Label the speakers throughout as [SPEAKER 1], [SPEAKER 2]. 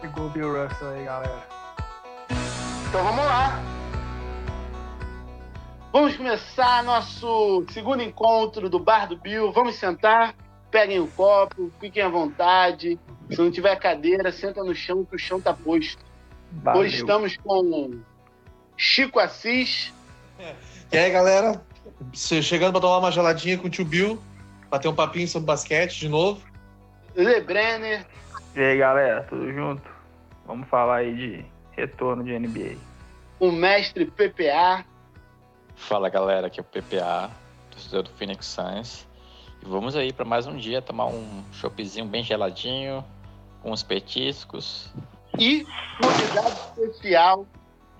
[SPEAKER 1] Chegou o Bill Russell aí, galera. Então vamos lá.
[SPEAKER 2] Vamos começar nosso segundo encontro do Bar do Bill. Vamos sentar, peguem o copo, fiquem à vontade. Se não tiver cadeira, senta no chão, que o chão tá posto.
[SPEAKER 1] Valeu.
[SPEAKER 2] Hoje
[SPEAKER 3] então-
[SPEAKER 2] estamos com Chico Assis.
[SPEAKER 4] E aí, galera? Che- Chegando pra tomar uma geladinha com o tio Bill, bater um papinho sobre basquete de novo.
[SPEAKER 2] Le Brenner,
[SPEAKER 1] E aí, galera, tudo junto? Vamos falar aí de retorno de NBA.
[SPEAKER 2] o mestre PPA,
[SPEAKER 3] Fala galera, aqui é o PPA, torcedor do Phoenix Suns. E vamos aí para mais um dia tomar um choppzinho bem geladinho, com uns petiscos.
[SPEAKER 2] e convidado especial,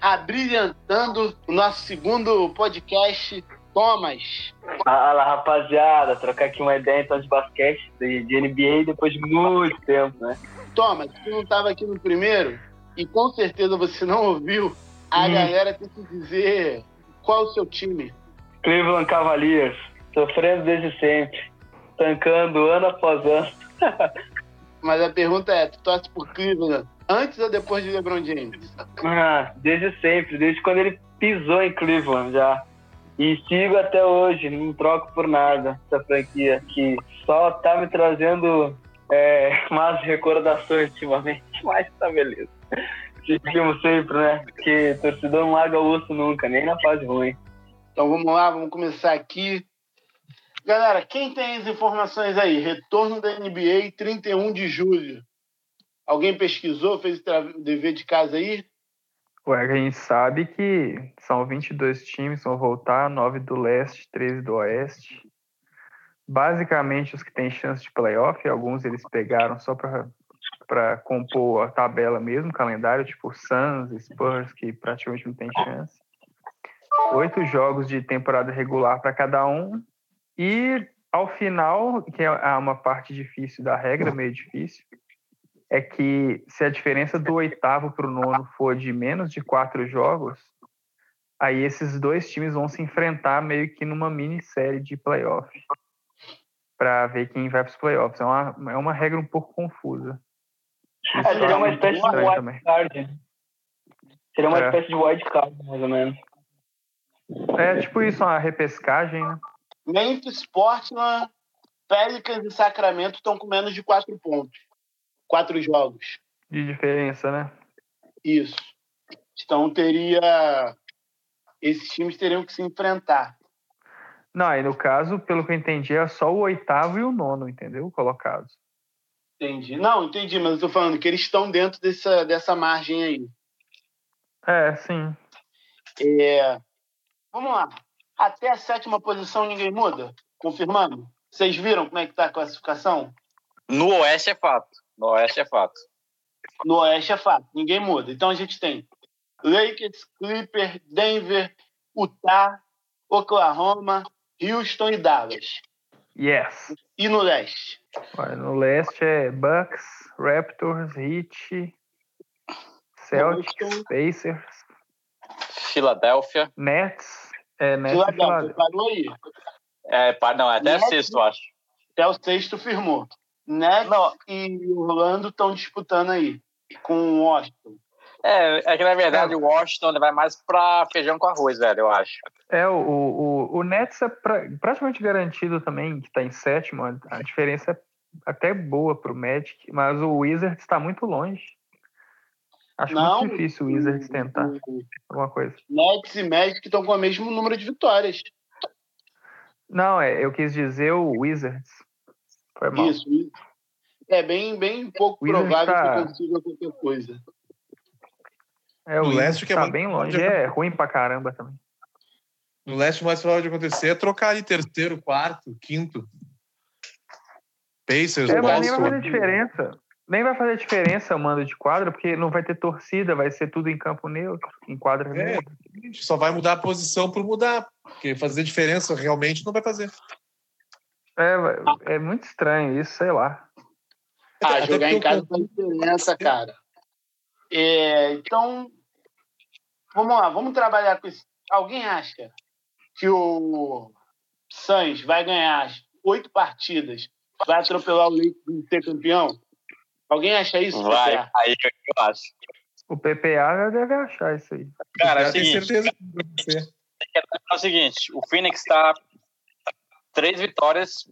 [SPEAKER 2] abrilhantando o nosso segundo podcast, Thomas.
[SPEAKER 5] Fala rapaziada, trocar aqui uma ideia então de basquete, de, de NBA depois de muito tempo, né?
[SPEAKER 2] Thomas, tu não estava aqui no primeiro, e com certeza você não ouviu, a
[SPEAKER 5] Hum.
[SPEAKER 2] galera tem que dizer qual o seu time.
[SPEAKER 5] Cleveland Cavaliers, sofrendo desde sempre, tancando ano após ano.
[SPEAKER 2] Mas a pergunta é, tu torce por Cleveland antes ou depois de LeBron James?
[SPEAKER 5] Ah, desde sempre, desde quando ele pisou em Cleveland já. E sigo até hoje, não troco por nada essa franquia que só tá me trazendo é, más recordações ultimamente, mas tá beleza. Seguimos sempre, né? Porque torcedor não larga o osso nunca, nem na fase ruim.
[SPEAKER 2] Então vamos lá, vamos começar aqui. Galera, quem tem as informações aí? Retorno da NBA, 31 de julho. Alguém pesquisou, fez o tra- dever de casa aí?
[SPEAKER 1] Ué, a gente sabe que são 22 times, vão voltar, 9 do leste, 13 do oeste. Basicamente, os que têm chance de playoff, alguns eles pegaram só para compor a tabela mesmo, o calendário, tipo Suns, Spurs, que praticamente não tem chance. Oito jogos de temporada regular para cada um. E ao final, que é uma parte difícil da regra, meio difícil, é que se a diferença do oitavo para o nono for de menos de quatro jogos, aí esses dois times vão se enfrentar meio que numa minissérie de playoff para ver quem vai para os playoffs. É uma, é uma regra um pouco confusa. Isso
[SPEAKER 5] É, seria
[SPEAKER 1] é
[SPEAKER 5] uma
[SPEAKER 1] muito
[SPEAKER 5] espécie de
[SPEAKER 1] estranho
[SPEAKER 5] wild
[SPEAKER 1] também.
[SPEAKER 5] card. Seria uma
[SPEAKER 1] É.
[SPEAKER 5] espécie de wild card, mais ou menos.
[SPEAKER 1] É tipo isso, uma repescagem, né?
[SPEAKER 2] Memphis, Portland, Pelicans e Sacramento estão com menos de quatro pontos. Quatro jogos.
[SPEAKER 1] de diferença, né?
[SPEAKER 2] Isso. Então teria. Esses times teriam que se enfrentar.
[SPEAKER 1] Não, aí no caso, pelo que eu entendi, é só o oitavo e o nono, entendeu? Colocados.
[SPEAKER 2] Entendi. Não, entendi, mas eu tô falando que eles estão dentro dessa, dessa margem aí.
[SPEAKER 1] É, sim.
[SPEAKER 2] É, Vamos lá. Até a sétima posição ninguém muda? Confirmando? Vocês viram como é que tá a classificação?
[SPEAKER 6] No Oeste é fato. No Oeste é fato.
[SPEAKER 2] No Oeste é fato, ninguém muda. Então a gente tem Lakers, Clipper, Denver, Utah, Oklahoma, Houston e Dallas.
[SPEAKER 1] Yes.
[SPEAKER 2] E no Leste?
[SPEAKER 1] Olha, no leste é Bucks, Raptors, Heat, Celtics, Pacers,
[SPEAKER 6] Filadélfia.
[SPEAKER 1] Nets. É, Nets e
[SPEAKER 2] Filadélfia,
[SPEAKER 1] Filadélfia.
[SPEAKER 2] parou aí.
[SPEAKER 6] É, pa- não, é até
[SPEAKER 2] Nets.
[SPEAKER 6] sexto, eu acho.
[SPEAKER 2] Até é o sexto firmou. Nets
[SPEAKER 6] Não.
[SPEAKER 2] e Orlando estão disputando aí com o Washington.
[SPEAKER 6] É, é que na verdade o Washington vai mais pra feijão com arroz, velho, eu acho.
[SPEAKER 1] É, o, o, o- o Nets é pra- praticamente garantido também, que tá em sétimo. a- A diferença é até boa pro Magic, mas o Wizards está muito longe. Acho
[SPEAKER 2] Não,
[SPEAKER 1] muito difícil o Wizards tentar alguma coisa.
[SPEAKER 2] Nets e Magic estão com o mesmo número de vitórias.
[SPEAKER 1] Não, é, eu quis dizer o Wizards. Foi mal.
[SPEAKER 2] Isso. É bem, bem pouco
[SPEAKER 1] O Wizards
[SPEAKER 2] provável
[SPEAKER 1] tá-
[SPEAKER 2] que consiga qualquer coisa.
[SPEAKER 1] É, o
[SPEAKER 4] O
[SPEAKER 1] Wizards
[SPEAKER 4] Leste que é
[SPEAKER 1] tá
[SPEAKER 4] muito
[SPEAKER 1] bem
[SPEAKER 4] longe,
[SPEAKER 1] longe,
[SPEAKER 4] né?
[SPEAKER 1] é ruim pra caramba também.
[SPEAKER 4] No leste, o mais provável de acontecer é trocar ali terceiro, quarto, quinto. Pacers,
[SPEAKER 1] É, mas nem vai
[SPEAKER 4] Boston.
[SPEAKER 1] fazer diferença. Nem vai fazer diferença o mando de quadra, porque não vai ter torcida, vai ser tudo em campo neutro, em quadra
[SPEAKER 4] É.
[SPEAKER 1] neutra.
[SPEAKER 4] Gente, Só vai mudar a posição por mudar. Porque fazer diferença realmente não vai fazer.
[SPEAKER 1] É, vai- é muito estranho isso, sei lá.
[SPEAKER 2] Ah,
[SPEAKER 4] Até
[SPEAKER 2] jogar
[SPEAKER 4] porque
[SPEAKER 2] em
[SPEAKER 4] o
[SPEAKER 2] casa faz diferença, cara. É, então, vamos lá, vamos trabalhar com isso. Alguém acha que o Suns vai ganhar as oito partidas, vai atropelar o Lakers e ser campeão? Alguém acha isso?
[SPEAKER 6] Vai,
[SPEAKER 2] PPA?
[SPEAKER 6] aí eu eu acho.
[SPEAKER 1] O PPA já deve achar isso aí.
[SPEAKER 6] Cara, é o
[SPEAKER 4] já tenho
[SPEAKER 6] seguinte,
[SPEAKER 4] certeza que vai acontecer.
[SPEAKER 6] é o seguinte, o Phoenix tá três vitórias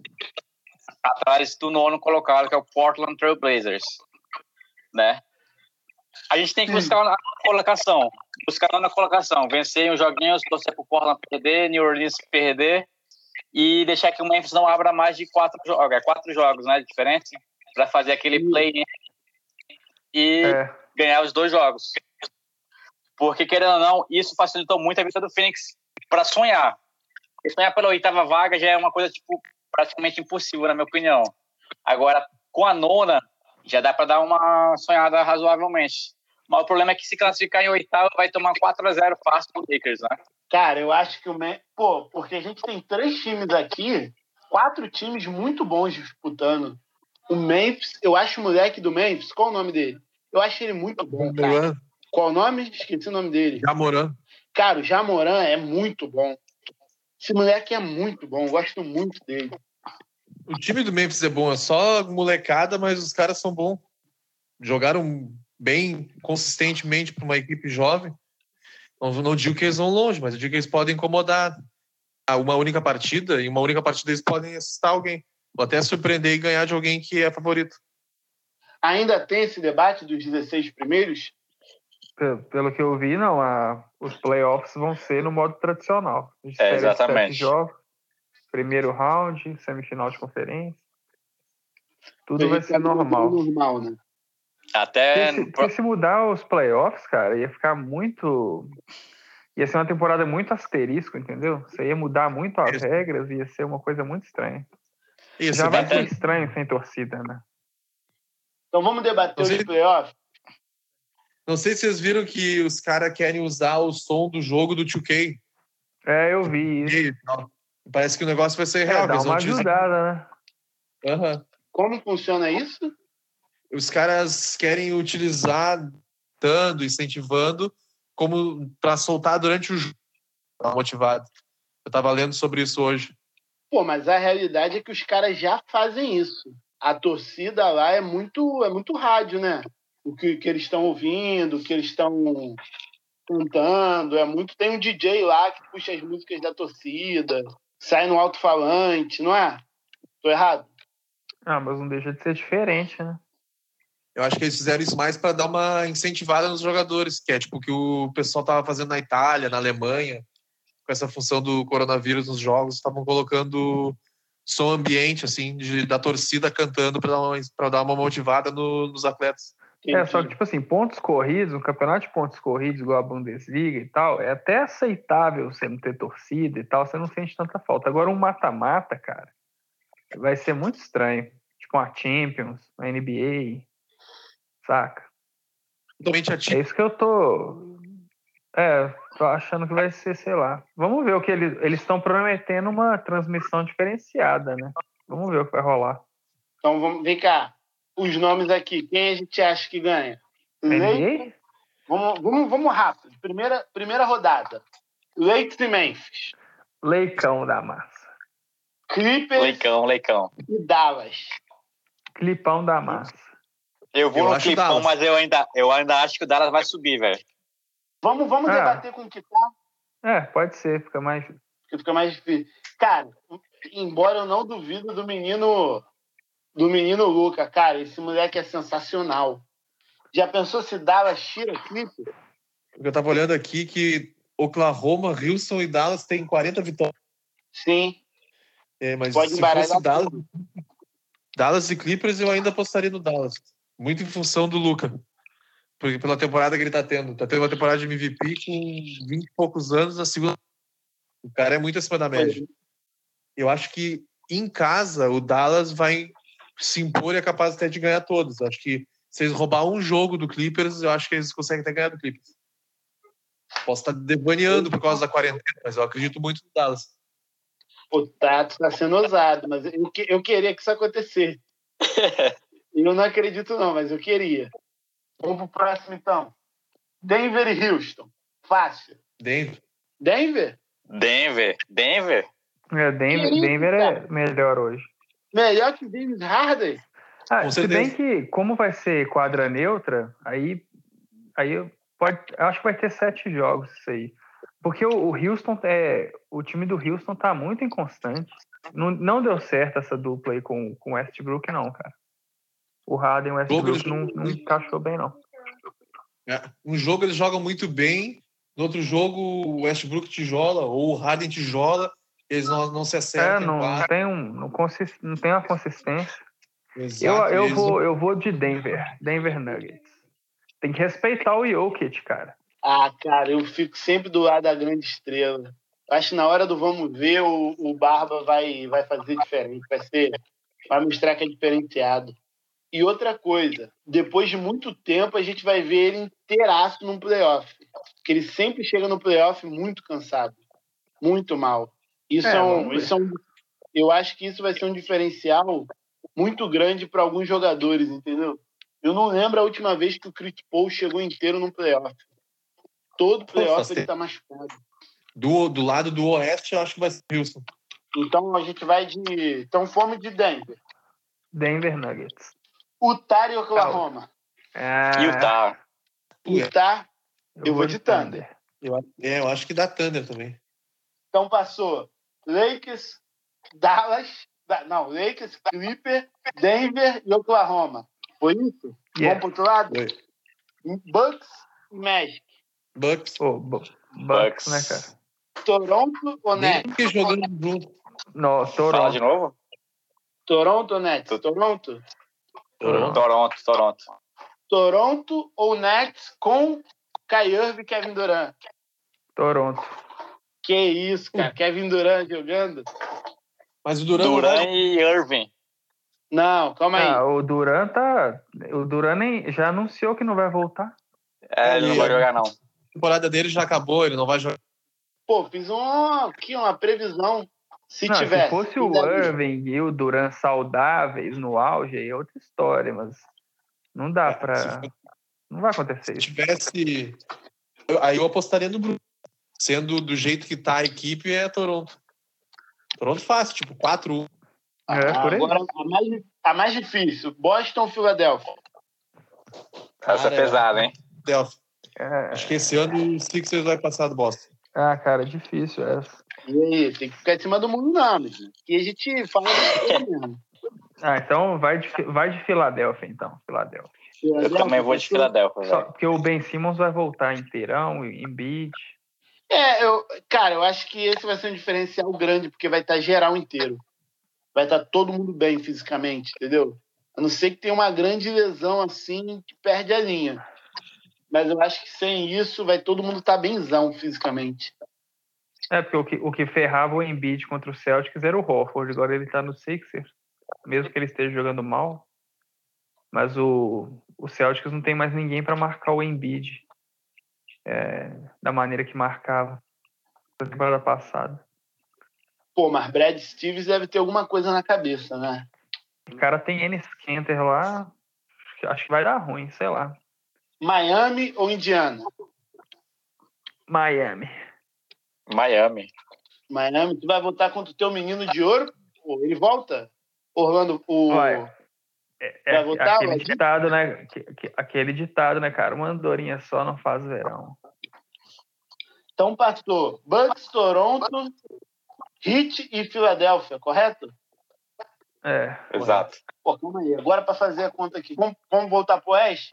[SPEAKER 6] atrás do nono colocado, que é o Portland Trail Blazers, né? A gente tem que buscar na colocação, buscar na colocação, vencer os joguinhos, torcer pro Portland perder, New Orleans perder e deixar que o Memphis não abra mais de quatro jogos, é quatro jogos, né, diferente, para fazer aquele play e
[SPEAKER 1] É.
[SPEAKER 6] ganhar os dois jogos. Porque, querendo ou não, isso facilitou muito a vida do Phoenix para sonhar. Porque sonhar pela oitava vaga já é uma coisa tipo, praticamente impossível, na minha opinião. Agora, com a nona, já dá para dar uma sonhada razoavelmente. Mas o problema é que se classificar em oitavo, vai tomar 4x0 fácil pro Lakers, né?
[SPEAKER 2] Cara, eu acho que o. Me... Pô, porque a gente tem três times aqui, quatro times muito bons disputando. O Memphis, eu acho o moleque do Memphis, qual o nome dele? Eu acho ele muito bom. Cara.
[SPEAKER 4] Moran,
[SPEAKER 2] Qual o nome? Esqueci o nome dele.
[SPEAKER 4] já Moran.
[SPEAKER 2] Cara, o Jamoran é muito bom. Esse moleque é muito bom, eu gosto muito dele.
[SPEAKER 4] O time do Memphis é bom, é só molecada, mas os caras são bons. Jogaram bem, consistentemente, para uma equipe jovem. Não, não digo que eles vão longe, mas eu digo que eles podem incomodar a uma única partida, e uma única partida eles podem assustar alguém. Ou até surpreender e ganhar de alguém que é favorito.
[SPEAKER 2] Ainda tem esse debate dos 16 primeiros?
[SPEAKER 1] Pelo, pelo que eu vi, não. a- os playoffs vão ser no modo tradicional. A gente
[SPEAKER 6] É,
[SPEAKER 1] pega sete
[SPEAKER 6] exatamente.
[SPEAKER 1] Jogos, primeiro round, semifinal de conferência. Tudo vai
[SPEAKER 2] Ele
[SPEAKER 1] ser
[SPEAKER 2] tá no
[SPEAKER 1] normal.
[SPEAKER 2] normal né?
[SPEAKER 6] Até. É,
[SPEAKER 1] Porque se, porque se mudar os playoffs, cara, ia ficar muito. Ia ser uma temporada muito asterisco, entendeu? Você ia mudar muito as
[SPEAKER 4] Isso.
[SPEAKER 1] regras, ia ser uma coisa muito estranha.
[SPEAKER 4] Isso,
[SPEAKER 1] Já vai
[SPEAKER 6] até-
[SPEAKER 1] ser estranho sem torcida, né?
[SPEAKER 2] Então vamos debater os
[SPEAKER 4] Inclusive-
[SPEAKER 2] playoffs?
[SPEAKER 4] Não sei se vocês viram que os caras querem usar o som do jogo do 2K.
[SPEAKER 1] É, eu vi isso.
[SPEAKER 4] E tal. Parece que o negócio vai ser real.
[SPEAKER 1] É, dá
[SPEAKER 4] eles vão
[SPEAKER 1] uma
[SPEAKER 4] utilizar-
[SPEAKER 1] ajudada, né?
[SPEAKER 4] Aham.
[SPEAKER 2] Como funciona isso?
[SPEAKER 4] Os caras querem utilizar, dando, incentivando, como para soltar durante o jogo. Tá motivado. Eu tava lendo sobre isso hoje.
[SPEAKER 2] Pô, mas a realidade é que os caras já fazem isso. A torcida lá é muito, é muito rádio, né? O que, que eles estão ouvindo, o que eles estão cantando, é muito. Tem um DJ lá que puxa as músicas da torcida, sai no alto-falante, não é? Tô errado?
[SPEAKER 1] Ah, mas não deixa de ser diferente, né?
[SPEAKER 4] Eu acho que eles fizeram isso mais para dar uma incentivada nos jogadores, que é tipo o que o pessoal tava fazendo na Itália, na Alemanha, com essa função do coronavírus nos jogos, estavam colocando som ambiente assim de, da torcida cantando para dar, uma- pra dar uma motivada no- nos atletas.
[SPEAKER 1] É, só que, tipo assim, pontos corridos, um campeonato de pontos corridos igual a Bundesliga e tal, é até aceitável você não ter torcida e tal, você não sente tanta falta. Agora, um mata-mata, cara, vai ser muito estranho. Tipo, uma Champions, uma NBA, saca?
[SPEAKER 4] Totalmente
[SPEAKER 1] É
[SPEAKER 4] atípico.
[SPEAKER 1] isso que eu tô. É, tô achando que vai ser, sei lá. Vamos ver o que eles. Eles estão prometendo uma transmissão diferenciada, né? Vamos ver o que vai rolar.
[SPEAKER 2] Então vamos. Vem cá. Os nomes aqui. Quem a gente acha que ganha?
[SPEAKER 1] Uhum.
[SPEAKER 2] Lakers-
[SPEAKER 1] NBA?
[SPEAKER 2] Vamos, vamos, vamos rápido. Primeira, primeira rodada. Lakers e Memphis.
[SPEAKER 1] Leicão da massa.
[SPEAKER 2] Clippers
[SPEAKER 6] Leicão, leicão.
[SPEAKER 2] e Dallas.
[SPEAKER 1] Clipão da massa.
[SPEAKER 6] Eu vou
[SPEAKER 4] Eu
[SPEAKER 6] no
[SPEAKER 4] acho o
[SPEAKER 6] clipão,
[SPEAKER 4] Dallas.
[SPEAKER 6] mas eu ainda, eu ainda acho que o Dallas vai subir, velho.
[SPEAKER 2] Vamos, vamos
[SPEAKER 1] Ah.
[SPEAKER 2] debater com o que tá,
[SPEAKER 1] É, pode ser, fica mais.
[SPEAKER 2] porque fica mais difícil. Cara, embora eu não duvido do menino do menino Luca, cara, esse moleque é sensacional. Já pensou se Dallas tira Clippers?
[SPEAKER 4] Eu tava olhando aqui é que Oklahoma, Houston e Dallas têm 40 vitórias,
[SPEAKER 2] Sim.
[SPEAKER 4] É, mas
[SPEAKER 2] Pode
[SPEAKER 4] se
[SPEAKER 2] embaralhar
[SPEAKER 4] fosse Dallas, Dallas e Clippers, eu ainda apostaria no Dallas. Muito em função do Luca. Porque pela temporada que ele tá tendo. Tá tendo uma temporada de MVP com 20 e poucos anos na segunda. O cara é muito acima da média. Eu acho que em casa o Dallas vai se impor e é capaz até de ganhar todos. Eu acho que se eles roubar um jogo do Clippers, eu acho que eles conseguem até ganhar do Clippers. Posso estar devaneando por causa da quarentena, mas eu acredito muito no Dallas.
[SPEAKER 2] O Tato está tá, sendo ousado, mas eu, que- eu queria que isso acontecesse. eu não acredito, não, mas eu queria. Vamos pro próximo, então. Denver e Houston. Fácil.
[SPEAKER 4] Denver.
[SPEAKER 2] Denver?
[SPEAKER 6] Denver, Denver.
[SPEAKER 1] É, Denver,
[SPEAKER 2] Que isso,
[SPEAKER 1] Denver é melhor hoje.
[SPEAKER 2] Melhor que James Harden?
[SPEAKER 1] Ah,
[SPEAKER 4] Com
[SPEAKER 1] se bem
[SPEAKER 4] certeza.
[SPEAKER 1] que, como vai ser quadra neutra, aí, aí eu- pode, eu acho que vai ter sete jogos isso aí. Porque o, o Houston é. O time do Houston tá muito inconstante. Não, não deu certo essa dupla aí com com o Westbrook, não, cara. O Harden e o
[SPEAKER 4] Jogo
[SPEAKER 1] Westbrook
[SPEAKER 4] eles-
[SPEAKER 1] não, não encaixou bem, não.
[SPEAKER 4] É, Um jogo eles jogam muito bem, no outro jogo o Westbrook tijola ou o Harden tijola, eles não, não se
[SPEAKER 1] É,
[SPEAKER 4] acertam.
[SPEAKER 1] não, não
[SPEAKER 4] pá.
[SPEAKER 1] tem, um, não, consis, não tem uma consistência. Eu,
[SPEAKER 4] Exato,
[SPEAKER 1] eu,
[SPEAKER 4] eles
[SPEAKER 1] vou, eu vou de Denver. Denver Nuggets. Tem que respeitar o Jokic, cara.
[SPEAKER 2] Ah, cara, eu fico sempre do lado da grande estrela. Acho que na hora do vamos ver, o, o Barba vai, vai fazer diferente, vai, ser, vai mostrar que é diferenciado. E outra coisa, depois de muito tempo, a gente vai ver ele inteiraço num playoff. Porque ele sempre chega no playoff muito cansado, muito mal. Isso
[SPEAKER 1] É,
[SPEAKER 2] é, um,
[SPEAKER 1] vamos ver.
[SPEAKER 2] isso é um- Eu acho que isso vai ser um diferencial muito grande para alguns jogadores, entendeu? Eu não lembro a última vez que o Chris Paul chegou inteiro no playoff. Todo playoff
[SPEAKER 4] faz
[SPEAKER 2] ele tá machucado.
[SPEAKER 4] Do, do lado do Oeste, eu acho que vai ser o Houston.
[SPEAKER 2] Então a gente vai de. Então fomos de Denver.
[SPEAKER 1] Denver Nuggets.
[SPEAKER 2] Utah e Oklahoma.
[SPEAKER 4] É,
[SPEAKER 1] Ah,
[SPEAKER 6] Utah.
[SPEAKER 2] Utah. Eu vou de Thunder.
[SPEAKER 4] Eu, acho- é, eu acho que dá Thunder também.
[SPEAKER 2] Então passou Lakers, Dallas. Da- Não, Lakers, Clipper, Denver e Oklahoma. Foi isso? Vamos
[SPEAKER 1] Yeah.
[SPEAKER 2] pro outro lado?
[SPEAKER 4] Foi.
[SPEAKER 2] Bucks e Magic.
[SPEAKER 4] Bucks.
[SPEAKER 1] Pô, bu- Bucks,
[SPEAKER 6] Bucks.
[SPEAKER 1] né, cara?
[SPEAKER 2] Toronto ou
[SPEAKER 4] Nem
[SPEAKER 2] Nets?
[SPEAKER 4] porque jogando junto.
[SPEAKER 1] No,
[SPEAKER 6] Fala
[SPEAKER 1] Toronto.
[SPEAKER 6] de novo?
[SPEAKER 2] Toronto ou Nets?
[SPEAKER 6] Tu-
[SPEAKER 2] Toronto?
[SPEAKER 1] Toronto.
[SPEAKER 6] Toronto, Toronto.
[SPEAKER 2] Toronto ou Nets com Kai Irving e Kevin Durant?
[SPEAKER 1] Toronto.
[SPEAKER 2] Que isso, cara. Kevin Durant jogando?
[SPEAKER 4] Mas o Duran
[SPEAKER 6] Duran e Irving.
[SPEAKER 2] Não, calma aí.
[SPEAKER 1] Ah, o Duran tá. O Duran nem... já anunciou que não vai voltar.
[SPEAKER 6] É, ele não vai jogar, não.
[SPEAKER 4] a temporada dele já acabou, ele não vai jogar.
[SPEAKER 2] Pô, fiz uma, aqui uma previsão. Se
[SPEAKER 1] não,
[SPEAKER 2] tivesse.
[SPEAKER 1] se fosse o né, Irving e o Duran saudáveis no auge, aí é outra história, mas não dá pra.
[SPEAKER 4] Se
[SPEAKER 1] Não vai acontecer isso.
[SPEAKER 4] tivesse. eu- Aí eu apostaria no Bruno. Sendo do jeito que tá a equipe, é Toronto. Toronto fácil, tipo 4-1.
[SPEAKER 1] É, por aí.
[SPEAKER 2] Ah, Agora, a mais, a mais difícil: Boston ou Filadélfia?
[SPEAKER 6] Essa
[SPEAKER 4] Cara,
[SPEAKER 6] é pesada, hein?
[SPEAKER 4] Delphi.
[SPEAKER 1] É,
[SPEAKER 4] Acho que esse ano o Sixers vai passar do Boston.
[SPEAKER 1] Ah, cara, difícil essa.
[SPEAKER 2] E aí, tem que ficar em cima do mundo, não, meu filho. Que a gente fala assim mesmo.
[SPEAKER 1] Ah, então vai de, vai de Filadélfia, então. Filadélfia.
[SPEAKER 6] Eu
[SPEAKER 2] é um
[SPEAKER 6] também vou de Filadélfia,
[SPEAKER 1] Só
[SPEAKER 6] velho.
[SPEAKER 1] porque o Ben Simmons vai voltar inteirão, em beat.
[SPEAKER 2] É, eu, cara, eu acho que esse vai ser um diferencial grande, porque vai estar geral inteiro. Vai estar todo mundo bem fisicamente, entendeu? A não ser que tenha uma grande lesão assim que perde a linha. Mas eu acho que sem isso vai todo mundo estar benzão fisicamente.
[SPEAKER 1] É, porque o que, o que ferrava o Embiid contra o Celtics era o Horford, agora ele tá no Sixers, mesmo que ele esteja jogando mal. Mas o, o Celtics não tem mais ninguém para marcar o Embiid é, da maneira que marcava na temporada passada.
[SPEAKER 2] Pô, mas Brad Stevens deve ter alguma coisa na cabeça, né?
[SPEAKER 1] O cara tem Enes Kanter lá, acho que vai dar ruim, sei lá.
[SPEAKER 2] Miami ou Indiana?
[SPEAKER 1] Miami.
[SPEAKER 6] Miami.
[SPEAKER 2] Miami, tu vai voltar contra o teu menino de ouro? Pô, ele volta? Orlando, o.
[SPEAKER 1] Vai. É,
[SPEAKER 2] Vai voltar,
[SPEAKER 1] aquele
[SPEAKER 2] Ladinho?
[SPEAKER 1] ditado, né? que- que- Aquele ditado, né, cara? Uma andorinha só não faz verão.
[SPEAKER 2] Então passou Bucks, Toronto, Heat e Filadélfia, correto?
[SPEAKER 1] É.
[SPEAKER 6] Exato.
[SPEAKER 2] Pô, calma aí. Agora para fazer a conta aqui, vamos, vamos voltar pro Oeste?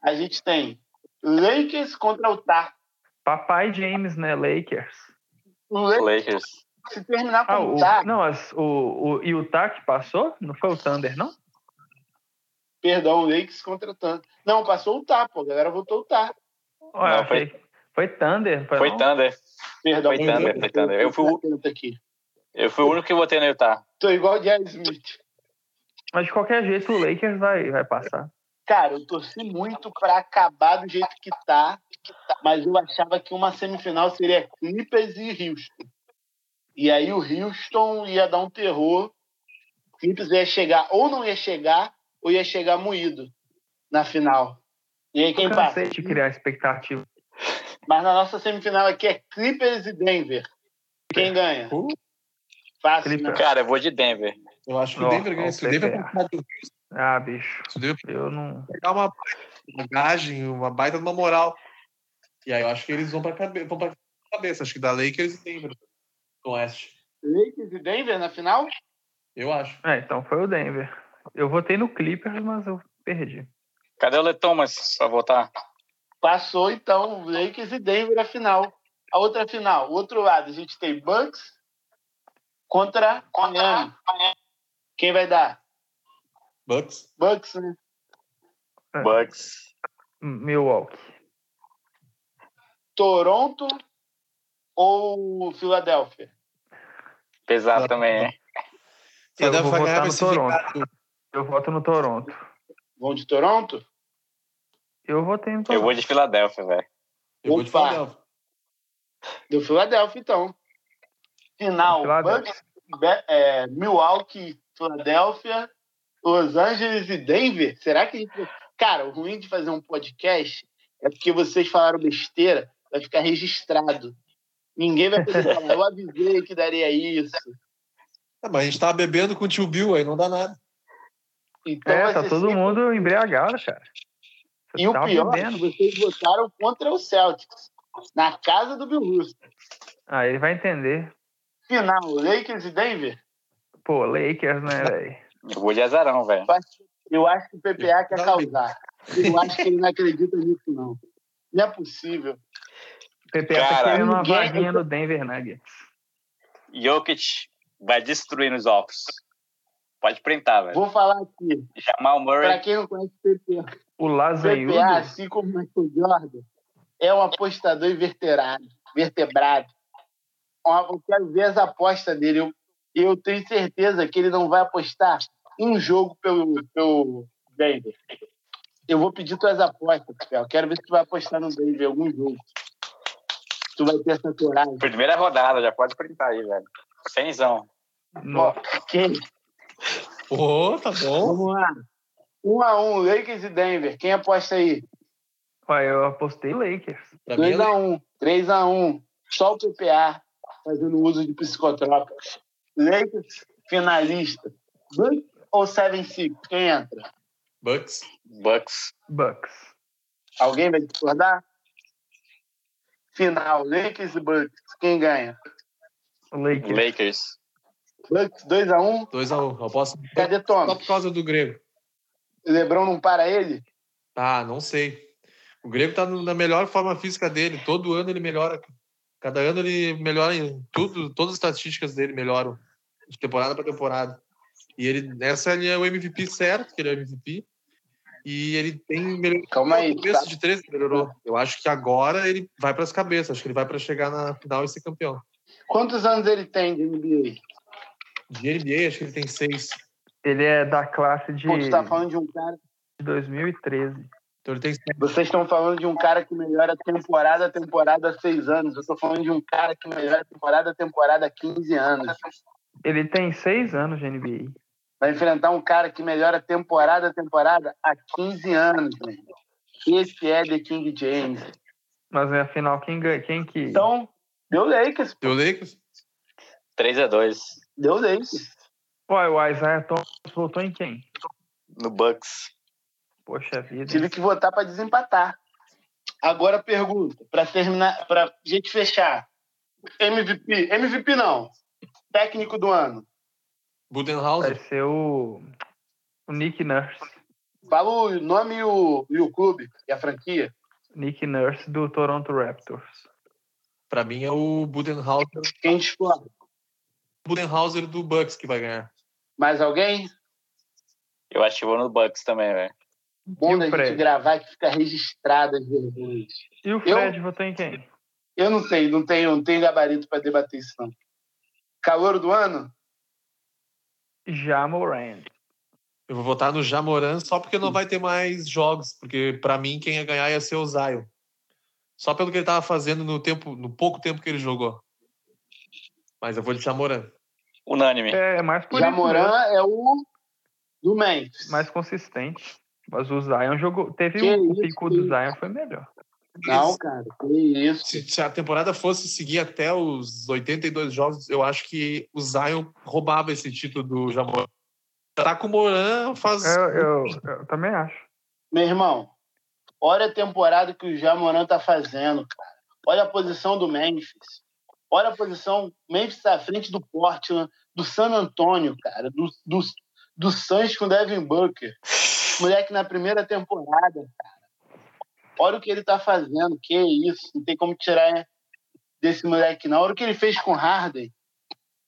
[SPEAKER 2] A gente tem Lakers contra Utah.
[SPEAKER 1] Papai James, né? Lakers.
[SPEAKER 2] O Lakers,
[SPEAKER 6] Lakers.
[SPEAKER 2] se terminar Tá com
[SPEAKER 1] Ah,
[SPEAKER 2] o
[SPEAKER 1] o,
[SPEAKER 2] Utah,
[SPEAKER 1] não, as, o, o Utah que passou? Não foi o Thunder, não?
[SPEAKER 2] perdão, o Lakers contra o Thunder. Não, passou o Utah, pô. A galera votou o Utah.
[SPEAKER 1] Ou eu
[SPEAKER 6] Não,
[SPEAKER 1] achei que- foi Thunder. Foi,
[SPEAKER 6] Foi
[SPEAKER 1] não?
[SPEAKER 6] Thunder.
[SPEAKER 2] Perdão,
[SPEAKER 6] Foi Thunder, foi Thunder. Eu fui o-
[SPEAKER 2] atento aqui.
[SPEAKER 6] Eu fui o único que votei no Utah.
[SPEAKER 2] Tô igual o Jerry Smith.
[SPEAKER 1] Mas de qualquer jeito o Lakers vai, vai passar.
[SPEAKER 2] Cara, eu torci muito pra acabar do jeito que tá, mas eu achava que uma semifinal seria Clippers e Houston. E aí o Houston ia dar um terror. Clippers ia chegar ou não ia chegar, ou ia chegar moído na final. E aí quem
[SPEAKER 1] Eu
[SPEAKER 2] passa?
[SPEAKER 1] cansei de criar expectativa.
[SPEAKER 2] Mas na nossa semifinal aqui é Clippers e Denver. Quem ganha?
[SPEAKER 4] Uh.
[SPEAKER 2] Fácil, né?
[SPEAKER 1] Clippers.
[SPEAKER 6] Cara, eu vou de Denver.
[SPEAKER 4] Eu acho que o
[SPEAKER 1] Ó,
[SPEAKER 4] Denver ganha.
[SPEAKER 1] ó,
[SPEAKER 4] Se o Denver
[SPEAKER 1] PPA.
[SPEAKER 4] conquistar-
[SPEAKER 1] Ah, bicho,
[SPEAKER 4] se o Denver
[SPEAKER 1] eu não.
[SPEAKER 4] pegar uma baita bagagem, uma baita de uma moral. E aí eu acho que eles vão pra cabeça. Vão pra cabeça. Acho que da Lakers e Denver. Com Oeste.
[SPEAKER 2] Lakers e Denver na final?
[SPEAKER 4] Eu acho.
[SPEAKER 1] É, então foi o Denver. Eu votei no Clippers, mas eu perdi.
[SPEAKER 6] Cadê o Le Thomas pra votar?
[SPEAKER 2] Passou, então, Lakers e Denver a final. A outra final, o outro lado, a gente tem Bucks contra, Miami. Quem vai dar?
[SPEAKER 4] Bucks.
[SPEAKER 2] Bucks, né?
[SPEAKER 6] Bucks.
[SPEAKER 1] Milwaukee.
[SPEAKER 2] Toronto ou Filadélfia?
[SPEAKER 6] Pesado também, hein?
[SPEAKER 1] Eu
[SPEAKER 4] Filadélfia
[SPEAKER 1] vou
[SPEAKER 4] vai
[SPEAKER 1] votar
[SPEAKER 4] ganhar, vai
[SPEAKER 1] no
[SPEAKER 4] se vingar
[SPEAKER 1] Eu voto no Toronto.
[SPEAKER 2] Vão de Toronto?
[SPEAKER 1] Eu votei no
[SPEAKER 6] Eu
[SPEAKER 1] Toronto.
[SPEAKER 6] vou de Filadélfia, velho.
[SPEAKER 4] Eu vou de
[SPEAKER 2] Opa.
[SPEAKER 4] Filadélfia.
[SPEAKER 2] Do Filadélfia, então. Final,
[SPEAKER 1] Filadélfia.
[SPEAKER 2] Bucks, Be- é, Milwaukee, Filadélfia, Los Angeles e Denver. Será que... a gente- Cara, o ruim de fazer um podcast é porque vocês falaram besteira, vai ficar registrado. Ninguém vai poder falar, eu avisei que daria isso.
[SPEAKER 4] Ah, mas a gente tava bebendo com o tio Bill aí, não dá nada.
[SPEAKER 2] Então
[SPEAKER 1] É,
[SPEAKER 2] vai
[SPEAKER 1] tá
[SPEAKER 2] ser
[SPEAKER 1] todo
[SPEAKER 2] sempre-
[SPEAKER 1] mundo embriagado, cara. Você tá
[SPEAKER 2] E o
[SPEAKER 1] tava
[SPEAKER 2] pior, é que
[SPEAKER 1] bebendo.
[SPEAKER 2] vocês votaram contra o Celtics, na casa do Bill Russo.
[SPEAKER 1] Ah, ele vai entender.
[SPEAKER 2] Final, Lakers e Denver.
[SPEAKER 1] Pô, Lakers, né, velho?
[SPEAKER 6] Eu vou de azarão, velho.
[SPEAKER 2] Eu acho que o PPA quer causar. Eu acho que ele não acredita nisso, não. Não é possível.
[SPEAKER 1] PPA tá
[SPEAKER 6] Cara,
[SPEAKER 1] querendo uma
[SPEAKER 2] ninguém-
[SPEAKER 1] vaguinha no Denver Nuggets.
[SPEAKER 6] Jokic vai destruir nos offs. Pode printar, velho.
[SPEAKER 2] Vou falar aqui, para
[SPEAKER 6] Jamal Murray.
[SPEAKER 2] quem não conhece o PPA,
[SPEAKER 1] O
[SPEAKER 2] o
[SPEAKER 1] Lazaiudo,
[SPEAKER 2] PPA, assim como o Michael Jordan, é um apostador inverterado, vertebrado. Ó, Eu quero ver as apostas dele. Eu, eu tenho certeza que ele não vai apostar um jogo pelo, pelo Denver. Eu vou pedir tuas apostas, Pepel. Quero ver se tu vai apostar no Denver algum jogo. Tu vai ter essa coragem.
[SPEAKER 6] Primeira rodada, já pode printar aí, velho. Semzão.
[SPEAKER 1] no-
[SPEAKER 2] Quem
[SPEAKER 4] Ô, tá bom.
[SPEAKER 2] Vamos lá. 1 a 1 Lakers e Denver. Quem aposta aí?
[SPEAKER 1] Ó, eu apostei Lakers.
[SPEAKER 4] Pra mim,
[SPEAKER 2] 2
[SPEAKER 4] é
[SPEAKER 2] a 1 3 a 1 Só o PPA fazendo uso de psicotrópicos. Lakers, finalista. Bucks ou 7-6? Quem entra?
[SPEAKER 4] Bucks.
[SPEAKER 6] Bucks.
[SPEAKER 1] Bucks.
[SPEAKER 2] Alguém vai discordar? Final, Lakers e Bucks. Quem ganha?
[SPEAKER 1] Lakers.
[SPEAKER 6] Lakers.
[SPEAKER 2] Bucks, 2 a 1
[SPEAKER 4] 2x1. Eu posso.
[SPEAKER 2] Cadê
[SPEAKER 4] Só
[SPEAKER 2] Thomas?
[SPEAKER 4] por causa do Grego.
[SPEAKER 2] Lebron não para ele?
[SPEAKER 4] Ah, não sei. O Grego tá no- na melhor forma física dele. Todo ano ele melhora. Cada ano ele melhora em tudo. Todas as estatísticas dele melhoram de temporada para temporada. E ele, nessa ele é o MVP certo, que ele é o MVP. E ele tem melhorado
[SPEAKER 2] Calma aí.
[SPEAKER 4] no começo
[SPEAKER 2] Tá?
[SPEAKER 4] de três, melhorou. Eu acho que agora ele vai para as cabeças. Acho que ele vai para chegar na final e ser campeão.
[SPEAKER 2] Quantos anos ele tem de NBA?
[SPEAKER 4] De NBA, acho que ele tem seis.
[SPEAKER 1] Ele é da classe de
[SPEAKER 2] Pô, tu tá falando de um cara
[SPEAKER 1] 2013.
[SPEAKER 4] Então ele tem sete.
[SPEAKER 2] Vocês estão falando de um cara que melhora temporada a temporada há seis anos. Eu estou falando de um cara que melhora temporada a temporada há 15 anos.
[SPEAKER 1] Ele tem seis anos de NBA.
[SPEAKER 2] Vai enfrentar um cara que melhora temporada a temporada há 15 anos, meu irmão. Esse é The King James.
[SPEAKER 1] Mas afinal, quem ganha? Quem que.
[SPEAKER 2] Então, deu Lakers.
[SPEAKER 4] Deu Lakers?
[SPEAKER 6] 3 a 2
[SPEAKER 2] Deu Lakers.
[SPEAKER 1] Uai, o Isaiah Thomas votou em quem?
[SPEAKER 6] no Bucks.
[SPEAKER 1] Poxa vida.
[SPEAKER 2] Tive que votar para desempatar. Agora pergunta, para terminar, para gente fechar. MVP, MVP não. Técnico do ano.
[SPEAKER 1] Vai
[SPEAKER 4] Budenhauser?
[SPEAKER 1] ser o. O Nick Nurse.
[SPEAKER 2] Fala o nome e o, e o clube e a franquia.
[SPEAKER 1] Nick Nurse do Toronto Raptors.
[SPEAKER 4] Para mim é o Budenhauser,
[SPEAKER 2] Quem discorda?
[SPEAKER 4] Budenhauser do Bucks que vai ganhar.
[SPEAKER 2] Mais alguém?
[SPEAKER 6] Eu acho que vou no Bucks também, velho.
[SPEAKER 2] Bom
[SPEAKER 1] E o
[SPEAKER 2] da gente
[SPEAKER 1] Fred?
[SPEAKER 2] gravar que fica registrado as vergonhas.
[SPEAKER 1] E o Fred votou em quem?
[SPEAKER 2] Eu não sei, não tenho, não tenho gabarito para debater isso, não. Calor do ano?
[SPEAKER 1] Já Moran.
[SPEAKER 4] Eu vou votar no Jamoran só porque não vai ter mais jogos, porque pra mim quem ia ganhar ia ser o Zion. Só pelo que ele tava fazendo no tempo, no pouco tempo que ele jogou. Mas eu vou de Jamoran.
[SPEAKER 6] Unânime.
[SPEAKER 1] É, é mais por isso
[SPEAKER 2] Jamoran
[SPEAKER 1] mesmo,
[SPEAKER 2] é o do Memphis.
[SPEAKER 1] mais consistente. Mas o Zion jogou. Teve
[SPEAKER 2] Que
[SPEAKER 1] um o
[SPEAKER 2] isso,
[SPEAKER 1] pico
[SPEAKER 2] que
[SPEAKER 1] do
[SPEAKER 2] isso.
[SPEAKER 1] Zion foi melhor.
[SPEAKER 2] Não, cara, que isso.
[SPEAKER 4] Se, se a temporada fosse seguir até os 82 jogos, eu acho que o Zion roubava esse título do Jamoran. Tá com o Moran faz.
[SPEAKER 1] Eu, eu, eu também acho.
[SPEAKER 2] Meu irmão, olha a temporada que o Jamoran tá fazendo, cara. Olha a posição do Memphis. Olha a posição. Memphis tá à frente do Portland, do San Antonio, cara. Do, do, do Suns com o Devin Booker. Moleque na primeira temporada, cara. Olha o que ele tá fazendo. Que isso. Não tem como tirar desse moleque, não. Olha o que ele fez com o Harden.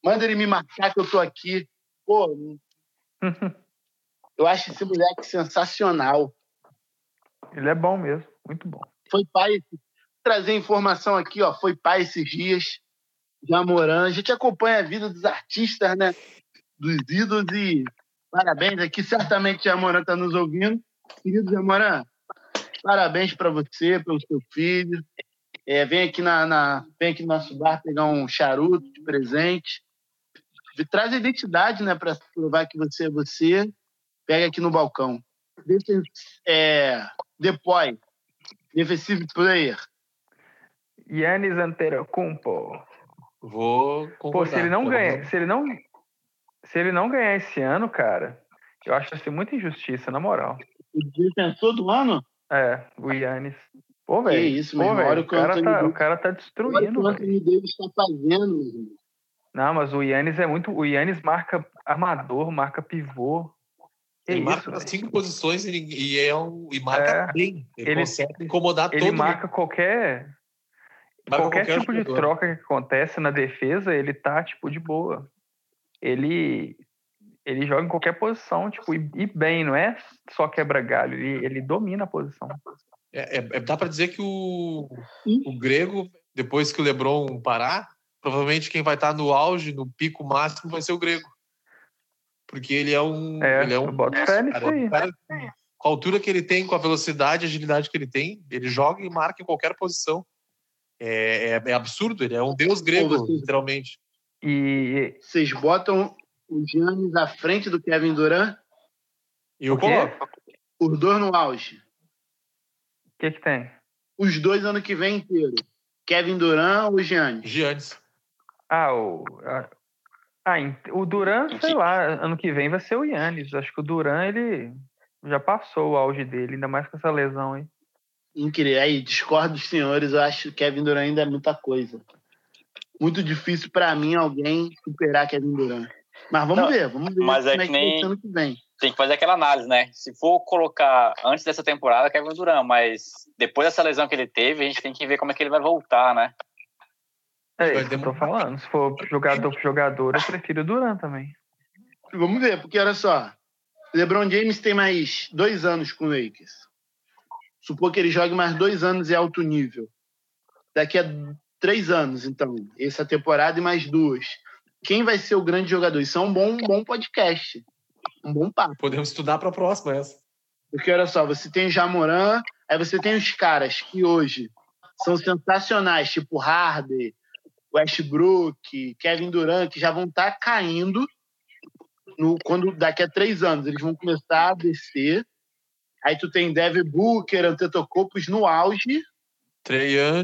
[SPEAKER 2] Manda ele me marcar que eu tô aqui. Pô, eu acho esse moleque sensacional.
[SPEAKER 1] Ele é bom mesmo, muito bom.
[SPEAKER 2] Foi pai. Trazer informação aqui, ó. Foi pai esses dias. Jamoran. A gente acompanha a vida dos artistas, né? Dos ídolos e parabéns aqui. Certamente Jamoran tá nos ouvindo. Querido Jamoran, parabéns para você, pelo seu filho. É, vem, aqui na, na- vem aqui no nosso bar pegar um charuto de presente. Traz a identidade, né? Para provar que você é você. Pega aqui no balcão. Defen- É, Depoy. Defensive player.
[SPEAKER 1] Yannis Antetokounmpo.
[SPEAKER 4] Vou concordar.
[SPEAKER 1] Pô, se ele não
[SPEAKER 4] Eu
[SPEAKER 1] ganhar, se ele não, se ele não ganhar esse ano, cara, eu acho assim muita injustiça, na moral.
[SPEAKER 2] O defensor do ano?
[SPEAKER 1] É, o Yannis. Pô, velho.
[SPEAKER 2] isso,
[SPEAKER 1] pô,
[SPEAKER 2] meu irmão,
[SPEAKER 1] velho,
[SPEAKER 2] olha
[SPEAKER 1] o
[SPEAKER 2] o que o
[SPEAKER 1] cara,
[SPEAKER 2] Anthony
[SPEAKER 1] tá, o
[SPEAKER 2] Davis-
[SPEAKER 1] cara tá
[SPEAKER 2] Olha o que
[SPEAKER 1] destruindo,
[SPEAKER 2] o
[SPEAKER 1] velho.
[SPEAKER 2] Anthony Davis está fazendo, meu irmão.
[SPEAKER 1] Não, mas o Yannis é muito. O Yannis marca armador, marca pivô. Que
[SPEAKER 4] Ele
[SPEAKER 1] isso, assim,
[SPEAKER 4] marca
[SPEAKER 1] velho.
[SPEAKER 4] nas cinco posições e, e é um, e marca
[SPEAKER 1] É.
[SPEAKER 4] bem. Ele,
[SPEAKER 1] Ele-
[SPEAKER 4] consegue incomodar
[SPEAKER 1] Ele
[SPEAKER 4] todo mundo.
[SPEAKER 1] marca qualquer,
[SPEAKER 4] Marca
[SPEAKER 1] qualquer, tipo de
[SPEAKER 4] jogador.
[SPEAKER 1] troca que acontece na defesa, ele tá, tipo, de boa. Ele. Ele joga em qualquer posição, tipo, e, e bem, não é só quebra galho, ele, ele domina a posição.
[SPEAKER 4] É, é- é- dá para dizer que o, o Grego, depois que o Lebron parar, provavelmente quem vai estar no auge, no pico máximo, vai ser o Grego. Porque ele é um.
[SPEAKER 1] É,
[SPEAKER 4] ele é
[SPEAKER 1] eu
[SPEAKER 4] um
[SPEAKER 1] boto fé nisso
[SPEAKER 4] cara,
[SPEAKER 1] aí.
[SPEAKER 4] um cara com- com a altura que ele tem, com a velocidade e agilidade que ele tem, ele joga e marca em qualquer posição. É, é- é absurdo, ele é um deus grego,
[SPEAKER 2] vocês-
[SPEAKER 4] literalmente.
[SPEAKER 1] E
[SPEAKER 2] Vocês botam o Giannis à frente do Kevin Durant,
[SPEAKER 4] E eu
[SPEAKER 1] O quê?
[SPEAKER 4] coloco.
[SPEAKER 2] os dois no auge.
[SPEAKER 1] o que que tem?
[SPEAKER 2] Os dois ano que vem inteiro. Kevin Durant ou Giannis?
[SPEAKER 4] Giannis.
[SPEAKER 1] Ah, o. a- ah, em- o Duran, sei lá, ano que vem vai ser o Yannis. Acho que o Duran, ele já passou o auge dele, ainda mais com essa lesão aí.
[SPEAKER 2] Incrível. Aí, discordo dos senhores, eu acho que Kevin Durant ainda é muita coisa. Muito difícil pra mim alguém superar Kevin Durant. Mas vamos
[SPEAKER 6] Não,
[SPEAKER 2] ver, vamos ver
[SPEAKER 6] mas é
[SPEAKER 2] como é que
[SPEAKER 6] que
[SPEAKER 2] vai
[SPEAKER 6] nem-
[SPEAKER 2] ser ano que vem.
[SPEAKER 6] Tem que fazer aquela análise, né? Se for colocar antes dessa temporada, Kevin Durant, mas depois dessa lesão que ele teve, a gente tem que ver como é que ele vai voltar, né?
[SPEAKER 1] É
[SPEAKER 4] Vai
[SPEAKER 1] isso que eu tô
[SPEAKER 4] demorar.
[SPEAKER 1] falando. Se for jogador por jogador, eu prefiro o Duran também.
[SPEAKER 2] Vamos ver, porque olha só. LeBron James tem mais dois anos com o Lakers. Supor que ele jogue mais dois anos em alto nível. Daqui a três anos, então. Essa temporada e mais duas. Quem vai ser o grande jogador? Isso é um bom, um bom podcast. Um bom papo.
[SPEAKER 4] Podemos estudar para a próxima essa.
[SPEAKER 2] Porque olha só, você tem o Jamoran, aí você tem os caras que hoje são sensacionais, tipo Harden, Westbrook, Kevin Durant, que já vão estar caindo no, quando daqui a três anos eles vão começar a descer. Aí tu tem Devin Booker, Antetokounmpos no auge,
[SPEAKER 4] Treian,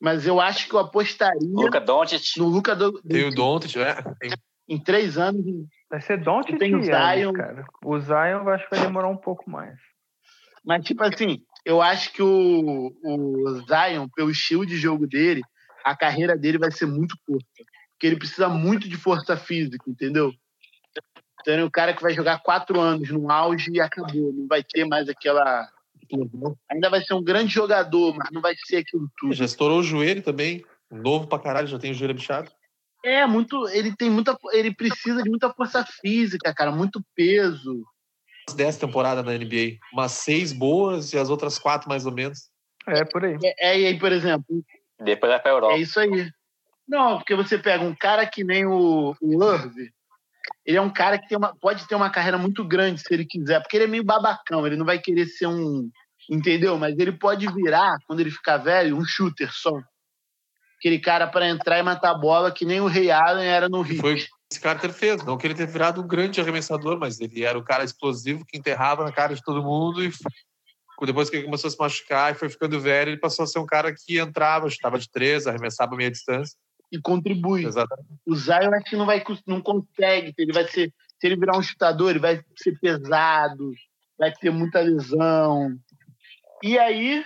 [SPEAKER 2] mas eu acho que eu apostaria
[SPEAKER 6] Luca Doncic,
[SPEAKER 2] no Luca do,
[SPEAKER 4] tem o Doncic, né? Tem-
[SPEAKER 2] em três anos. em-
[SPEAKER 1] Vai ser Don't
[SPEAKER 2] Tem o Zion.
[SPEAKER 1] cara. O Zion eu acho que vai demorar um pouco mais.
[SPEAKER 2] Mas tipo assim, eu acho que o, o Zion, pelo estilo de jogo dele, a carreira dele vai ser muito curta. Porque ele precisa muito de força física, entendeu? Então ele é um cara que vai jogar quatro anos no auge e acabou. Não vai ter mais aquela. Ainda vai ser um grande jogador, mas não vai ser aquilo tudo.
[SPEAKER 4] Já estourou o joelho também. Novo pra caralho, já tem o joelho bichado.
[SPEAKER 2] É, muito. Ele tem muita. Ele precisa de muita força física, cara, muito peso.
[SPEAKER 4] As 10 temporadas na NBA. Umas seis boas e as outras quatro mais ou menos.
[SPEAKER 1] É, por aí.
[SPEAKER 2] É, é, e aí, por exemplo,
[SPEAKER 6] depois vai pra Europa.
[SPEAKER 2] É isso aí. Não, porque você pega um cara que nem o, o Irv, ele é um cara que tem uma, pode ter uma carreira muito grande se ele quiser, porque ele é meio babacão, ele não vai querer ser um. Entendeu? Mas ele pode virar, quando ele ficar velho, um shooter só. Aquele cara pra entrar e matar a bola, que nem o Ray Allen era no
[SPEAKER 4] Que
[SPEAKER 2] Rio.
[SPEAKER 4] foi o que esse Carter fez. Não que ele tenha virado um grande arremessador, mas ele era o cara explosivo que enterrava na cara de todo mundo e depois que ele começou a se machucar e foi ficando velho, ele passou a ser um cara que entrava, chutava de três, arremessava a meia distância.
[SPEAKER 2] E contribui.
[SPEAKER 4] Exatamente.
[SPEAKER 2] O Zion acho que não, vai, cons- não consegue. Ele vai ser, se ele virar um chutador, ele vai ser pesado, vai ter muita lesão. E aí.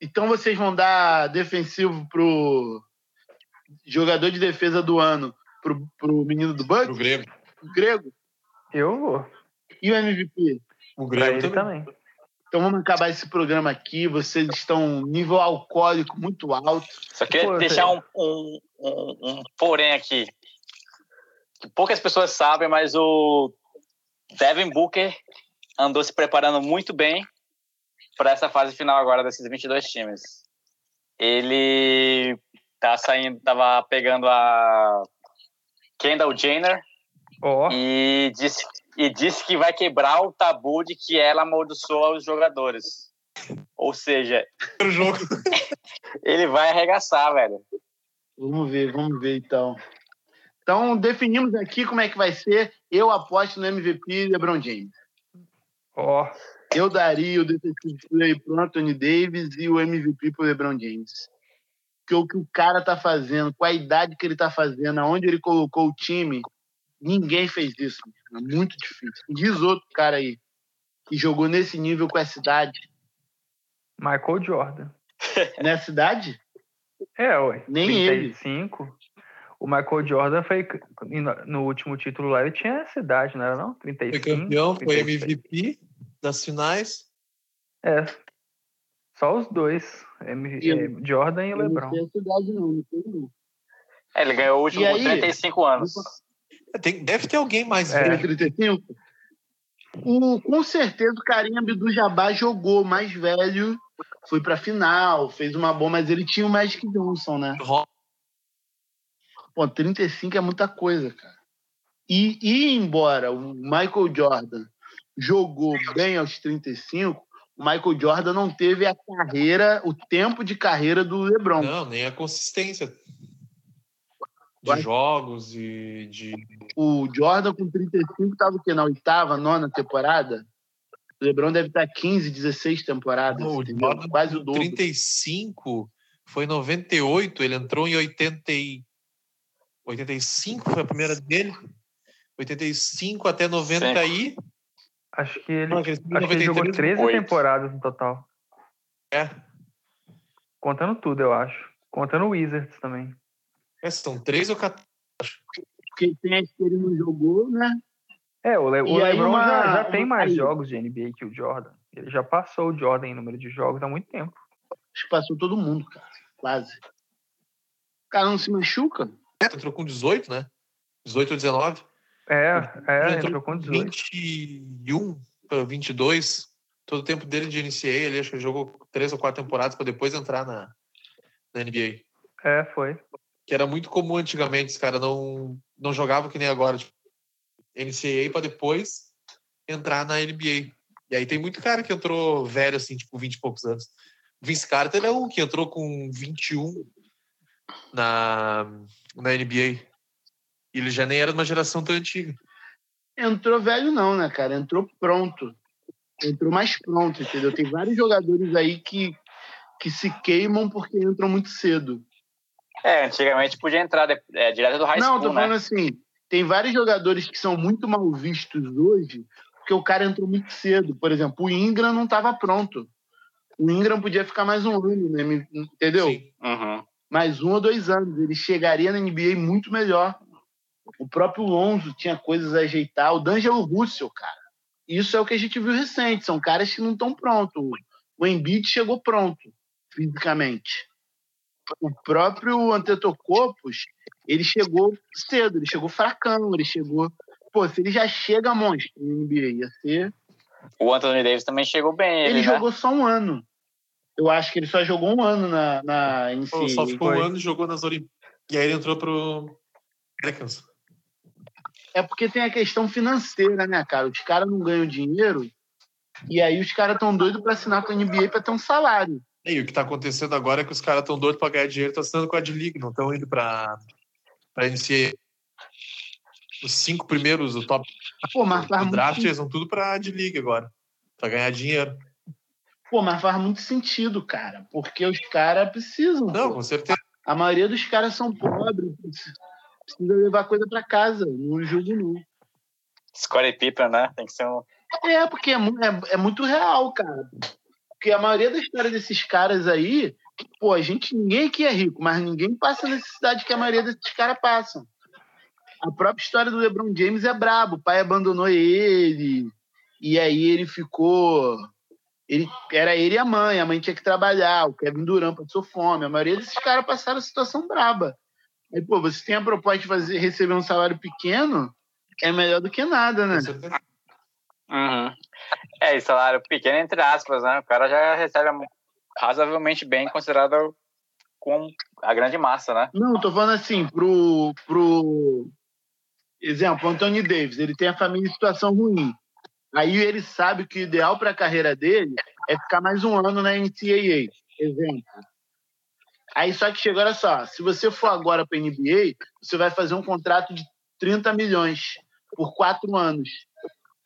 [SPEAKER 2] Então vocês vão dar defensivo pro jogador de defesa do ano, pro, pro menino do
[SPEAKER 4] Pro
[SPEAKER 2] Bucks,
[SPEAKER 4] Grêmio.
[SPEAKER 2] o grego,
[SPEAKER 1] Eu vou.
[SPEAKER 2] e o MVP.
[SPEAKER 4] O
[SPEAKER 1] Pra
[SPEAKER 4] Grêmio
[SPEAKER 1] ele tá
[SPEAKER 4] também.
[SPEAKER 1] também.
[SPEAKER 2] Então vamos acabar esse programa aqui. Vocês estão nível alcoólico muito alto.
[SPEAKER 6] Só queria
[SPEAKER 1] Pô,
[SPEAKER 6] deixar
[SPEAKER 1] Fê.
[SPEAKER 6] um, um, um, um porém aqui. Que poucas pessoas sabem, mas o Devin Booker andou se preparando muito bem para essa fase final agora desses 22 times. Ele tá saindo, tava pegando a Kendall Jenner
[SPEAKER 1] Ó,
[SPEAKER 6] e disse, e disse que vai quebrar o tabu de que ela amaldiçoa os jogadores. Ou seja,
[SPEAKER 4] Primeiro jogo.
[SPEAKER 6] ele vai arregaçar, velho.
[SPEAKER 2] Vamos ver, vamos ver então. Então definimos aqui como é que vai ser. Eu aposto no MVP LeBron James.
[SPEAKER 1] ó.
[SPEAKER 2] Eu daria o Defensive Play pro Anthony Davis e o MVP pro LeBron James. Porque o que o cara tá fazendo, com a idade que ele tá fazendo, aonde ele colocou o time, ninguém fez isso. meu irmão. É muito difícil. Diz outro cara aí que jogou nesse nível com essa idade.
[SPEAKER 1] Michael Jordan.
[SPEAKER 2] Nessa idade?
[SPEAKER 1] É, ué.
[SPEAKER 2] Nem
[SPEAKER 1] 35. O Michael Jordan foi. No último título lá, ele tinha essa idade, não era não?
[SPEAKER 4] Foi
[SPEAKER 1] 35.
[SPEAKER 4] campeão, foi
[SPEAKER 1] 36.
[SPEAKER 4] MVP das finais.
[SPEAKER 1] É. Só os dois. M-
[SPEAKER 2] E o-
[SPEAKER 1] eh, Jordan e
[SPEAKER 2] Eu
[SPEAKER 1] LeBron.
[SPEAKER 2] Não tem essa idade, não. Não tem, não.
[SPEAKER 6] É, Ele ganhou o último
[SPEAKER 2] E
[SPEAKER 6] com
[SPEAKER 2] aí?
[SPEAKER 6] 35 anos.
[SPEAKER 4] É, tem- deve ter alguém mais
[SPEAKER 1] É.
[SPEAKER 4] velho.
[SPEAKER 2] 35? O, com certeza o Karim Abdul-Jabbar jogou mais velho, foi pra final, fez uma boa, mas ele tinha o Magic Johnson, né? Pô, 35 é muita coisa, cara. E, e embora o Michael Jordan jogou bem aos 35, o Michael Jordan não teve a carreira, o tempo de carreira do LeBron.
[SPEAKER 4] Não, nem a consistência.
[SPEAKER 2] Vai.
[SPEAKER 4] De jogos e de.
[SPEAKER 2] O Jordan com 35 estava o quê? Na oitava, nona temporada? O LeBron deve estar 15, 16 temporadas,
[SPEAKER 4] Não, o
[SPEAKER 2] entendeu?
[SPEAKER 4] Jordan
[SPEAKER 2] Quase o dobro.
[SPEAKER 4] 35 foi em 98, ele entrou em 80 e- 85 foi a primeira dele. 85 até 90 e.
[SPEAKER 1] Acho que ele,
[SPEAKER 4] Não, aquele
[SPEAKER 1] acho que ele jogou
[SPEAKER 4] 93,
[SPEAKER 1] 13
[SPEAKER 6] oito.
[SPEAKER 1] temporadas no total.
[SPEAKER 4] É.
[SPEAKER 1] Contando tudo, eu acho. Contando o Wizards também.
[SPEAKER 4] É, são 3 ou 14.
[SPEAKER 2] Porque tem acho que ele não jogou, né?
[SPEAKER 1] É, o, Le- o
[SPEAKER 2] E aí
[SPEAKER 1] LeBron
[SPEAKER 2] uma-
[SPEAKER 1] já, já
[SPEAKER 2] uma
[SPEAKER 1] tem mais
[SPEAKER 2] saída.
[SPEAKER 1] jogos de NBA que o Jordan. Ele já passou o Jordan em número de jogos há muito tempo.
[SPEAKER 2] Acho que passou todo mundo, cara. Quase. O cara não se machuca?
[SPEAKER 4] Entrou com 18, né? 18 ou 19.
[SPEAKER 1] É, é
[SPEAKER 4] entrou
[SPEAKER 1] entrou com 18.
[SPEAKER 4] 21 para 22, todo o tempo dele de NCAA, ele acho que ele jogou três ou quatro temporadas para depois entrar na, na NBA.
[SPEAKER 1] É, foi.
[SPEAKER 4] Que era muito comum antigamente, os caras não, não jogavam que nem agora. Tipo, NCAA para depois entrar na NBA. E aí tem muito cara que entrou velho, assim, tipo, 20 e poucos anos. Vince Carter é um que entrou com 21 na, na NBA. E ele já nem era de uma geração tão antiga.
[SPEAKER 2] Entrou velho, não, né, cara? Entrou pronto. Entrou mais pronto, entendeu? Tem vários jogadores aí que, que se queimam porque entram muito cedo.
[SPEAKER 6] É, antigamente podia entrar de- é, direto do high
[SPEAKER 2] Não,
[SPEAKER 6] school,
[SPEAKER 2] tô falando
[SPEAKER 6] né?
[SPEAKER 2] assim, tem vários jogadores que são muito mal vistos hoje, porque o cara entrou muito cedo. Por exemplo, o Ingram não estava pronto. O Ingram podia ficar mais um ano, né? Me- entendeu?
[SPEAKER 4] Sim.
[SPEAKER 6] Uhum.
[SPEAKER 2] Mais um ou dois anos. Ele chegaria na NBA muito melhor. O próprio Lonzo tinha coisas a ajeitar. O D'Angelo Russell, cara. Isso é o que a gente viu recente. São caras que não estão prontos. O Embiid chegou pronto, fisicamente. O próprio Antetokounmpos, ele chegou cedo, ele chegou fracão, ele chegou... Pô, se ele já chega monstro no NBA, ia ser...
[SPEAKER 6] O Anthony Davis também chegou bem.
[SPEAKER 4] É,
[SPEAKER 6] Ele,
[SPEAKER 2] Ele
[SPEAKER 6] né?
[SPEAKER 2] jogou só um ano. Eu acho que ele só jogou um ano na, na
[SPEAKER 4] Pô,
[SPEAKER 2] NCAA.
[SPEAKER 4] só ficou
[SPEAKER 1] foi.
[SPEAKER 4] um ano e jogou nas Olimpíadas. E aí ele entrou pro Pelicans.
[SPEAKER 2] É porque tem a questão financeira, né, cara? Os caras não ganham dinheiro e aí os caras estão doidos pra assinar com a NBA pra ter um salário.
[SPEAKER 4] E aí, o que tá acontecendo agora é que os caras estão doidos pra ganhar dinheiro, tá assinando com a D-League, não estão indo pra, pra NCAA. Os cinco primeiros, o top
[SPEAKER 2] Pô, mas faz
[SPEAKER 4] do draft,
[SPEAKER 2] Tá muito...
[SPEAKER 4] eles vão tudo pra D-League agora. Pra ganhar dinheiro.
[SPEAKER 2] Pô, mas faz muito sentido, cara, porque os caras precisam.
[SPEAKER 4] Não,
[SPEAKER 2] pô.
[SPEAKER 4] com certeza.
[SPEAKER 2] A maioria dos caras são pobres, precisa- precisa levar coisa pra casa, não julgo não.
[SPEAKER 6] Scottie Pippen, né? Tem que ser um.
[SPEAKER 2] É, porque é, mu- é- é muito real, cara. Porque a maioria da história desses caras aí, pô, a gente, ninguém aqui é rico, mas ninguém passa a necessidade que a maioria desses caras passam. A própria história do LeBron James é brabo. O pai abandonou ele, e aí ele ficou. Ele, era ele e a mãe, a mãe tinha que trabalhar, o Kevin Durant passou fome. A maioria desses caras passaram situação braba. Aí, pô, você tem a proposta de fazer, receber um salário pequeno, é melhor do que nada, né?
[SPEAKER 4] com certeza.
[SPEAKER 6] Uhum. É, e salário pequeno, entre aspas, né? O cara já recebe razoavelmente bem, considerado com a grande massa, né?
[SPEAKER 2] Não, eu tô falando assim, pro, pro. Exemplo, Anthony Davis, ele tem a família em situação ruim. Aí ele sabe que o ideal para a carreira dele é ficar mais um ano na NCAA. Exemplo. Aí só que chegou, olha só, se você for agora para NBA, você vai fazer um contrato de 30 milhões por quatro anos.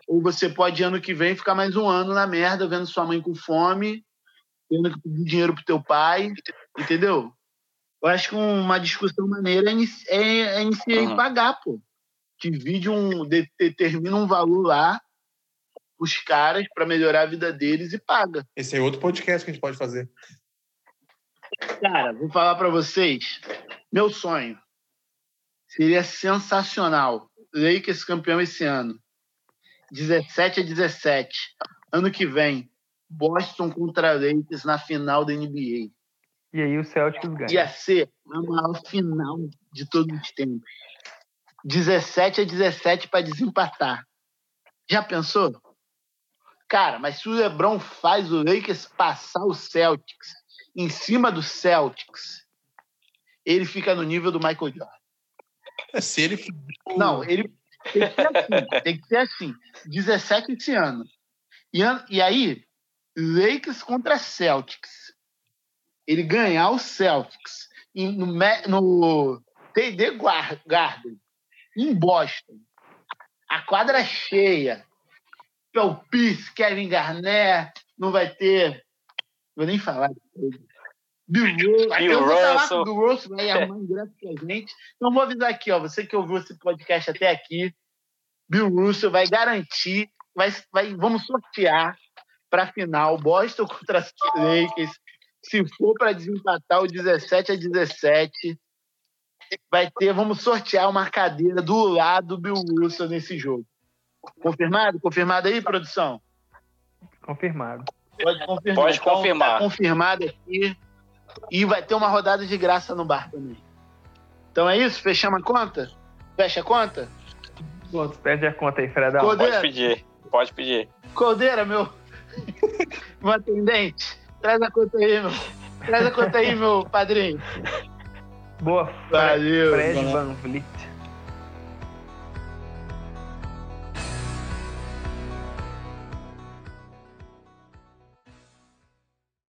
[SPEAKER 2] Ou você pode, ano que vem, ficar mais um ano na merda, vendo sua mãe com fome, tendo que pedir dinheiro pro teu pai, entendeu? Eu acho que um, uma discussão maneira é inici- é, é iniciar
[SPEAKER 6] Uhum.
[SPEAKER 2] e pagar, pô. Divide um. de- determina um valor lá, os caras, pra melhorar a vida deles e paga.
[SPEAKER 4] Esse é outro podcast que a gente pode fazer.
[SPEAKER 2] Cara, vou falar pra vocês. Meu sonho seria sensacional. Lakers campeão esse ano. 17 a 17. Ano que vem, Boston contra Lakers na final da NBA.
[SPEAKER 1] E aí o Celtics ganha.
[SPEAKER 2] ia ser a maior final de todos os tempos. 17 a 17 para desempatar. Já pensou? Cara, mas se o LeBron faz o Lakers passar o Celtics em cima do Celtics, ele fica no nível do Michael Jordan.
[SPEAKER 4] É, se ele.
[SPEAKER 2] Não, ele tem que ser assim. Tem que ser assim. 17 esse ano. E, an- e aí, Lakers contra Celtics. Ele ganhar o Celtics em- no, Me- no TD Guar- Garden, em Boston. A quadra é cheia. Pelpice, Kevin Garnett, não vai ter. Vou nem falar. Bill Russell.
[SPEAKER 6] Bill
[SPEAKER 2] Eu vou falar
[SPEAKER 6] Russell. É.
[SPEAKER 2] com o Bill Russell, né, vai arrumar ingresso pra gente. Então vou avisar aqui, ó. Você que ouviu esse podcast até aqui, Bill Russell vai garantir, vai, vai- vamos sortear para final Boston contra Lakers. Se for para desempatar o 17 a 17, vai ter, vamos sortear uma cadeira do lado do Bill Russell nesse jogo. Confirmado? Confirmado aí, produção?
[SPEAKER 1] Confirmado.
[SPEAKER 2] Pode confirmar.
[SPEAKER 6] Pode
[SPEAKER 2] Então,
[SPEAKER 6] confirmar.
[SPEAKER 2] tá confirmado aqui. E vai ter uma rodada de graça no bar também. Então é isso? Fechamos a conta? Fecha a conta?
[SPEAKER 1] Pede a conta aí, Fredão.
[SPEAKER 2] Todo-
[SPEAKER 6] Pode pedir, pode pedir.
[SPEAKER 2] Coldeira, meu. meu atendente. Traz a conta aí, meu. Traz a conta aí, meu padrinho.
[SPEAKER 1] Boa, Fre-
[SPEAKER 2] Valeu.
[SPEAKER 1] Fred Van Vliet.